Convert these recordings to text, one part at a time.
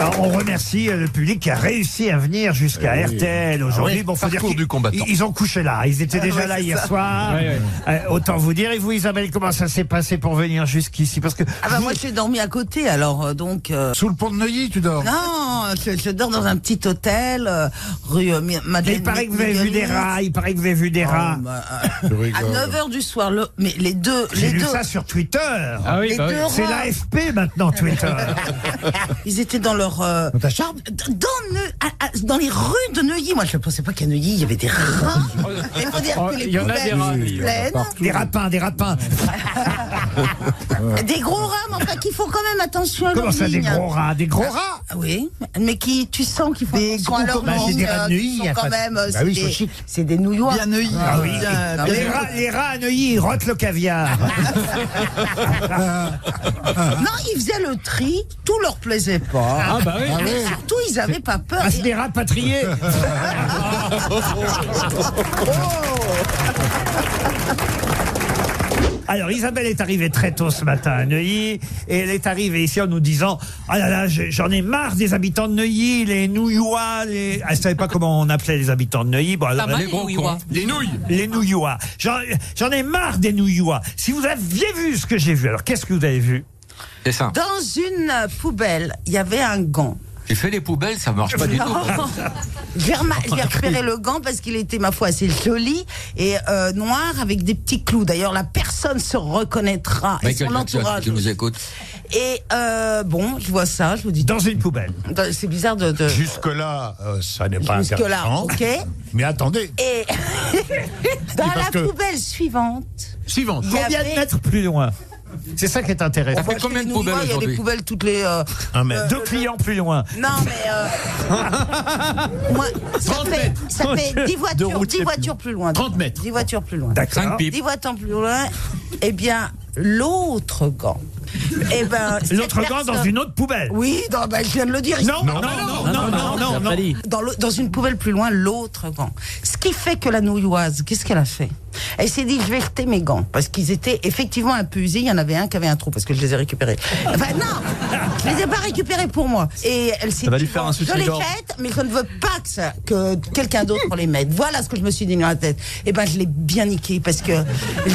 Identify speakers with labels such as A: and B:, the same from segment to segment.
A: Alors, on remercie euh, le public qui a réussi à venir jusqu'à
B: Eh oui.
A: RTL aujourd'hui.
B: Ah oui,
A: Bon, faut dire
B: parcours
A: qu'ils-
B: du combattant. Ah
A: Ils, ils ont couché là. Ils étaient déjà
B: ouais,
A: là
B: c'est
A: hier
B: ça.
A: soir.
B: Ouais,
A: Euh, autant vous dire. Et vous, Isabelle, comment ça s'est passé pour venir jusqu'ici Parce que
C: Ah bah moi j'ai dormi à côté alors euh, donc euh,
B: Sous le pont de Neuilly, tu
C: Ah,
B: dors
C: non je, je dors dans un petit hôtel euh, rue euh, Mi-
A: mais
C: Madeleine.
A: il paraît que vous avez vu des rats. Il paraît que vous avez vu des
C: Oh,
A: rats.
C: bah,
B: Je
C: à
B: rigole.
C: 9h du soir le, mais les deux
A: J'ai
C: les
A: lu
C: deux
A: ça sur Twitter.
D: Ah oui,
C: les
D: bah oui.
C: deux
A: C'est
C: rats,
A: l'AFP maintenant, Twitter.
C: ils étaient dans leur euh,
B: Dans ta chambre
C: dans Neu- à- à- dans les rues de Neuilly moi je pensais pas qu'à Neuilly il y avait des rats. Il faut dire
D: Oh,
C: que les
D: il y en a
C: poubelles
D: des rats,
C: étaient
D: oui, il y en a
C: pleines.
A: des rapins, des rapins.
C: Ah, des gros rats mais enfin qu'il faut quand même attention à
A: Comment
C: leur
A: ça, des
C: ligne.
A: gros rats Des gros rats
C: Ah Oui, mais qui, tu sens qu'ils font
E: Des
C: attention à
E: gros
C: leur
E: comme- bah, c'est
C: langue,
E: des
C: euh,
E: rats de
C: qui
E: Neuilly,
C: sont
E: y a
C: quand
E: pas de-
C: même, euh,
E: Bah oui,
C: c'est
E: ils sont
C: des-
E: chics.
C: c'est des nouillois.
E: Bien Neuilly.
A: Ah oui.
E: Bien-
A: Les
E: bien-
A: rats, les rats à Neuilly, ils rotent le caviar.
C: Non, ils faisaient le tri, tout leur plaisait pas.
D: Ah bah oui.
C: Mais surtout, ils avaient pas peur.
A: Ah, c'est des rapatriés. Oh. Alors Isabelle est arrivée très tôt ce matin à Neuilly et elle est arrivée ici en nous disant ah là là j'ai- j'en ai marre des habitants de Neuilly les nouillois les Ah, elle savait pas comment on appelait les habitants de Neuilly bon alors,
F: mal,
A: elle-
F: les Nouillois.
B: Les nouilles
A: les nouillois j'en j'en ai marre des nouillois si vous aviez vu ce que j'ai vu alors qu'est-ce que vous avez vu
F: C'est ça.
C: Dans une euh, poubelle, il y avait un gant.
F: Tu fais les poubelles, ça marche pas du tout.
C: J'ai remar- j'ai repéré le gant parce qu'il était, ma foi, assez joli et euh, noir avec des petits clous. D'ailleurs, la personne se reconnaîtra et
F: Michael
C: son
F: Jackson,
C: entourage.
F: tu nous écoutes.
C: Et euh, bon, je vois ça, je vous dis,
A: dans une poubelle
C: dans- c'est bizarre de. de-
B: Jusque-là, euh, ça n'est pas
C: Jusque-là,
B: intéressant.
C: ok.
B: Mais attendez,
C: Et dans
B: parce
C: la
B: que-
C: poubelle suivante,
B: suivante.
C: il y
A: combien de
C: avait-
A: mètres plus loin c'est ça qui est intéressant
F: Ça fait combien de poubelles
C: Il y a des
F: aujourd'hui
C: poubelles toutes les. euh,
B: Un mètre.
A: deux clients plus loin
C: Non, mais. euh, Moi, ça fait, ça fait 10 voitures, 10 voitures plus loin.
B: 30 mètres.
C: 10 voitures plus loin.
A: d'accord
F: 5 pipes.
C: 10 voitures plus loin. Eh bien, l'autre gant. Eh ben, cette
A: L'autre gant dans
C: personne-
A: une autre poubelle.
C: Oui, dans- bah, je viens de le dire.
A: Non, non, non, non, non,
D: on
A: Ah, non,
D: l'a pas dit.
C: Dans, le- dans une poubelle plus loin, l'autre gant. Ce qui fait que la nouilloise, qu'est-ce qu'elle a fait Elle s'est dit, je vais jeter mes gants. Parce qu'ils étaient effectivement un peu usés. Il y en avait un qui avait un trou, parce que je les ai récupérés. Enfin, non Je les ai pas récupérés pour moi. Et elle s'est
G: va
C: dit,
G: lui faire
C: bon,
G: un
C: je les
G: soutien-gorge.
C: jette, mais je ne veux pas que, ça- que quelqu'un d'autre les mette. Voilà ce que je me suis dit dans la tête. Et ben, je l'ai bien niqué, parce que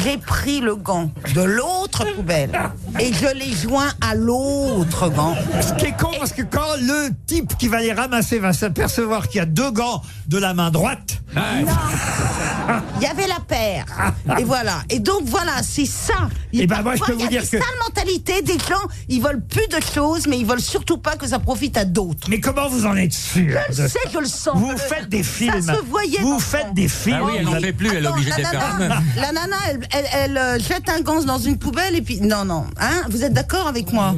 C: j'ai pris le gant de l'autre poubelle. Et je l'ai joint à l'autre gant.
A: Ce qui est con, parce que quand le type qui va les ramasser va s'apercevoir qu'il y a deux gants de la main droite,
C: Il y avait la paire. Et voilà. Et donc voilà, c'est ça. Il y a
A: Eh ben, moi, je
C: parfois,
A: peux vous
C: il y a
A: dire que-
C: des sales mentalités des gens, ils veulent plus de choses, mais ils veulent surtout pas que ça profite à d'autres.
A: mais comment vous en êtes sûr
C: Je
A: de
C: sais, je le sens.
A: Ah, Vous faites des films.
C: se voyait dans
A: vous
C: le
A: faites
C: fond.
A: des films.
F: Ah oui, elle en fait plus, elle est
C: Attends,
F: obligée de
C: la
F: les faire
C: nana,
F: elle-même.
C: la nana, elle, elle- elle, euh, jette un gant dans une poubelle et puis non, non, hein, vous êtes d'accord avec moi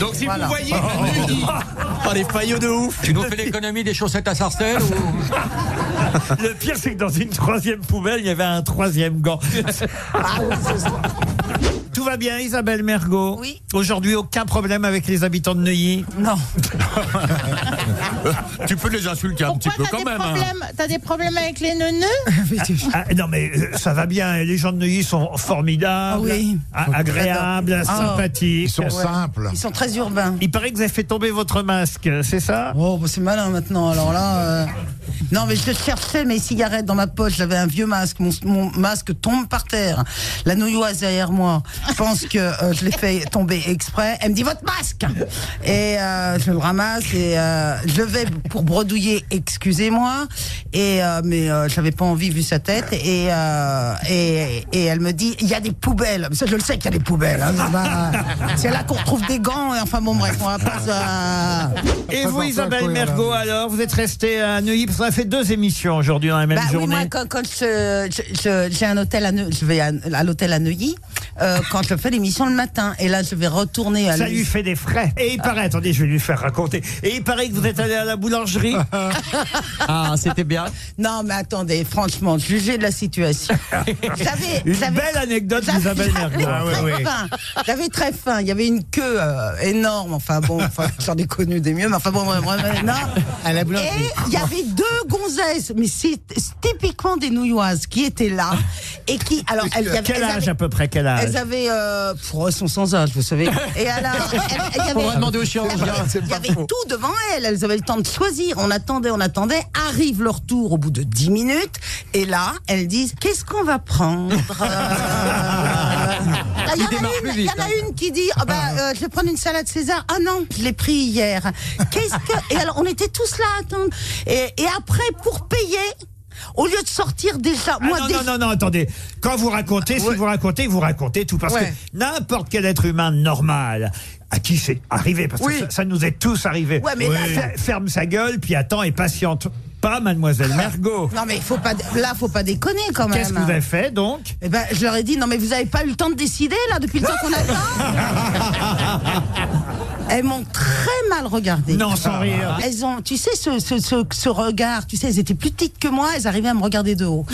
G: Donc si vous voyez la nuit, oh, les faillots de ouf.
F: Tu nous fais l'économie des chaussettes à sarcelles ou
A: Le pire, c'est que dans une troisième poubelle, il y avait un troisième gant.
C: Ah,
A: Tout va bien, Isabelle Mergot
C: Oui.
A: Aujourd'hui, aucun problème avec les habitants de Neuilly
C: Non. Euh,
B: Tu peux les insulter un petit peu quand même. hein.
H: T'as des problèmes avec les neuneux
A: Ah, non, mais euh, ça va bien. Les gens de Neuilly sont formidables,
C: Ah oui.
A: a- agréables,
C: Ah.
A: sympathiques.
B: Ils sont simples.
C: Ils sont très urbains.
A: Il paraît que vous avez fait tomber votre masque, c'est ça
C: Oh, bah, c'est malin maintenant. Alors là. euh, Non, mais je cherchais mes cigarettes dans ma poche. J'avais un vieux masque. Mon, mon masque tombe par terre. La nouilloise derrière moi pense que euh, je l'ai fait tomber exprès. Elle me dit votre masque Et euh, je le ramasse et euh, je vais pour bredouiller, excusez-moi. Et euh, Mais euh, j'avais pas envie vu sa tête. Et, euh, et, et elle me dit il y a des poubelles. Ça, je le sais qu'il y a des poubelles. hein. Bah, C'est là qu'on retrouve des gants. Et enfin, bon, bref, on va pas. euh, ça-
A: Et vous,
B: Présente-toi,
A: Isabelle
B: Cohen.
A: Mergot, alors, vous êtes restée à Neuilly, parce qu'on a fait deux émissions aujourd'hui dans la même
C: Bah oui,
A: journée.
C: moi, quand, quand je- je- je- j'ai un hôtel à Neu- je vais à, à l'hôtel à Neuilly, euh, quand je fais l'émission le matin, et là, je vais retourner à
A: ça
C: Neuilly.
A: lui fait des frais. Et il paraît, attendez, je vais lui faire raconter. Et il paraît que vous êtes allé à la boulangerie.
G: Ah, c'était bien.
C: Non, mais attendez, franchement, jugez de la situation. J'avais,
A: Une
C: j'avais-
A: belle anecdote
C: j'avais-
A: d'Isabelle
C: j'avais
A: Mergo. Ah,
C: très faim. J'avais très faim. Il y avait une queue euh, énorme. Enfin bon, enfin, j'en ai connu des mieux, mais enfin bon, bref, bref, non. Et il y avait deux gonzesses, mais c'est typiquement des nouilloises qui étaient là et qui, alors elles, y avaient-
A: Quel
C: elles
A: âge
C: avaient-
A: à peu près Quel âge âge
C: elles avaient. Euh, pff, oh, elles sont sans âge, vous savez. Et alors, elles- elles avaient-
G: demander au chirurgien.
C: il y avait tout devant elles. Elles avaient le temps de choisir. On attendait, on attendait. Arrive leur tour au bout de 10 minutes. Et là, elles disent Qu'est-ce qu'on va prendre Euh, Il y, en a
F: démarre
C: une-
F: plus
C: il y
F: vite,
C: en a
F: hein.
C: une qui dit Ah bah, euh, Je vais prendre une salade César. Ah non, je l'ai pris hier. Qu'est-ce que. Et alors, on était tous là à attendre. Et, et après, pour payer. Au lieu de sortir déjà,
A: Ah
C: moi
A: non,
C: déjà-
A: non, non, non, attendez. Quand vous racontez, si vous racontez, vous racontez tout. Parce
C: Ouais.
A: que n'importe quel être humain normal à qui c'est arrivé, parce que ça, ça nous est tous arrivé,
C: Ouais, mais là,
A: fer-
C: ça- Ah.
A: ferme sa gueule, puis attend et patiente. Pas mademoiselle Mergot.
C: non mais faut pas, dé- là faut pas déconner quand même.
A: Qu'est-ce que vous avez fait donc
C: Eh ben, je leur ai dit, non, mais vous n'avez pas eu le temps de décider, là, depuis le temps qu'on attend. Elles m'ont très mal regardé.
A: Non, sans rire.
C: Elles ont, tu sais, ce, ce, ce, ce regard, tu sais, elles étaient plus petites que moi, elles arrivaient à me regarder de haut.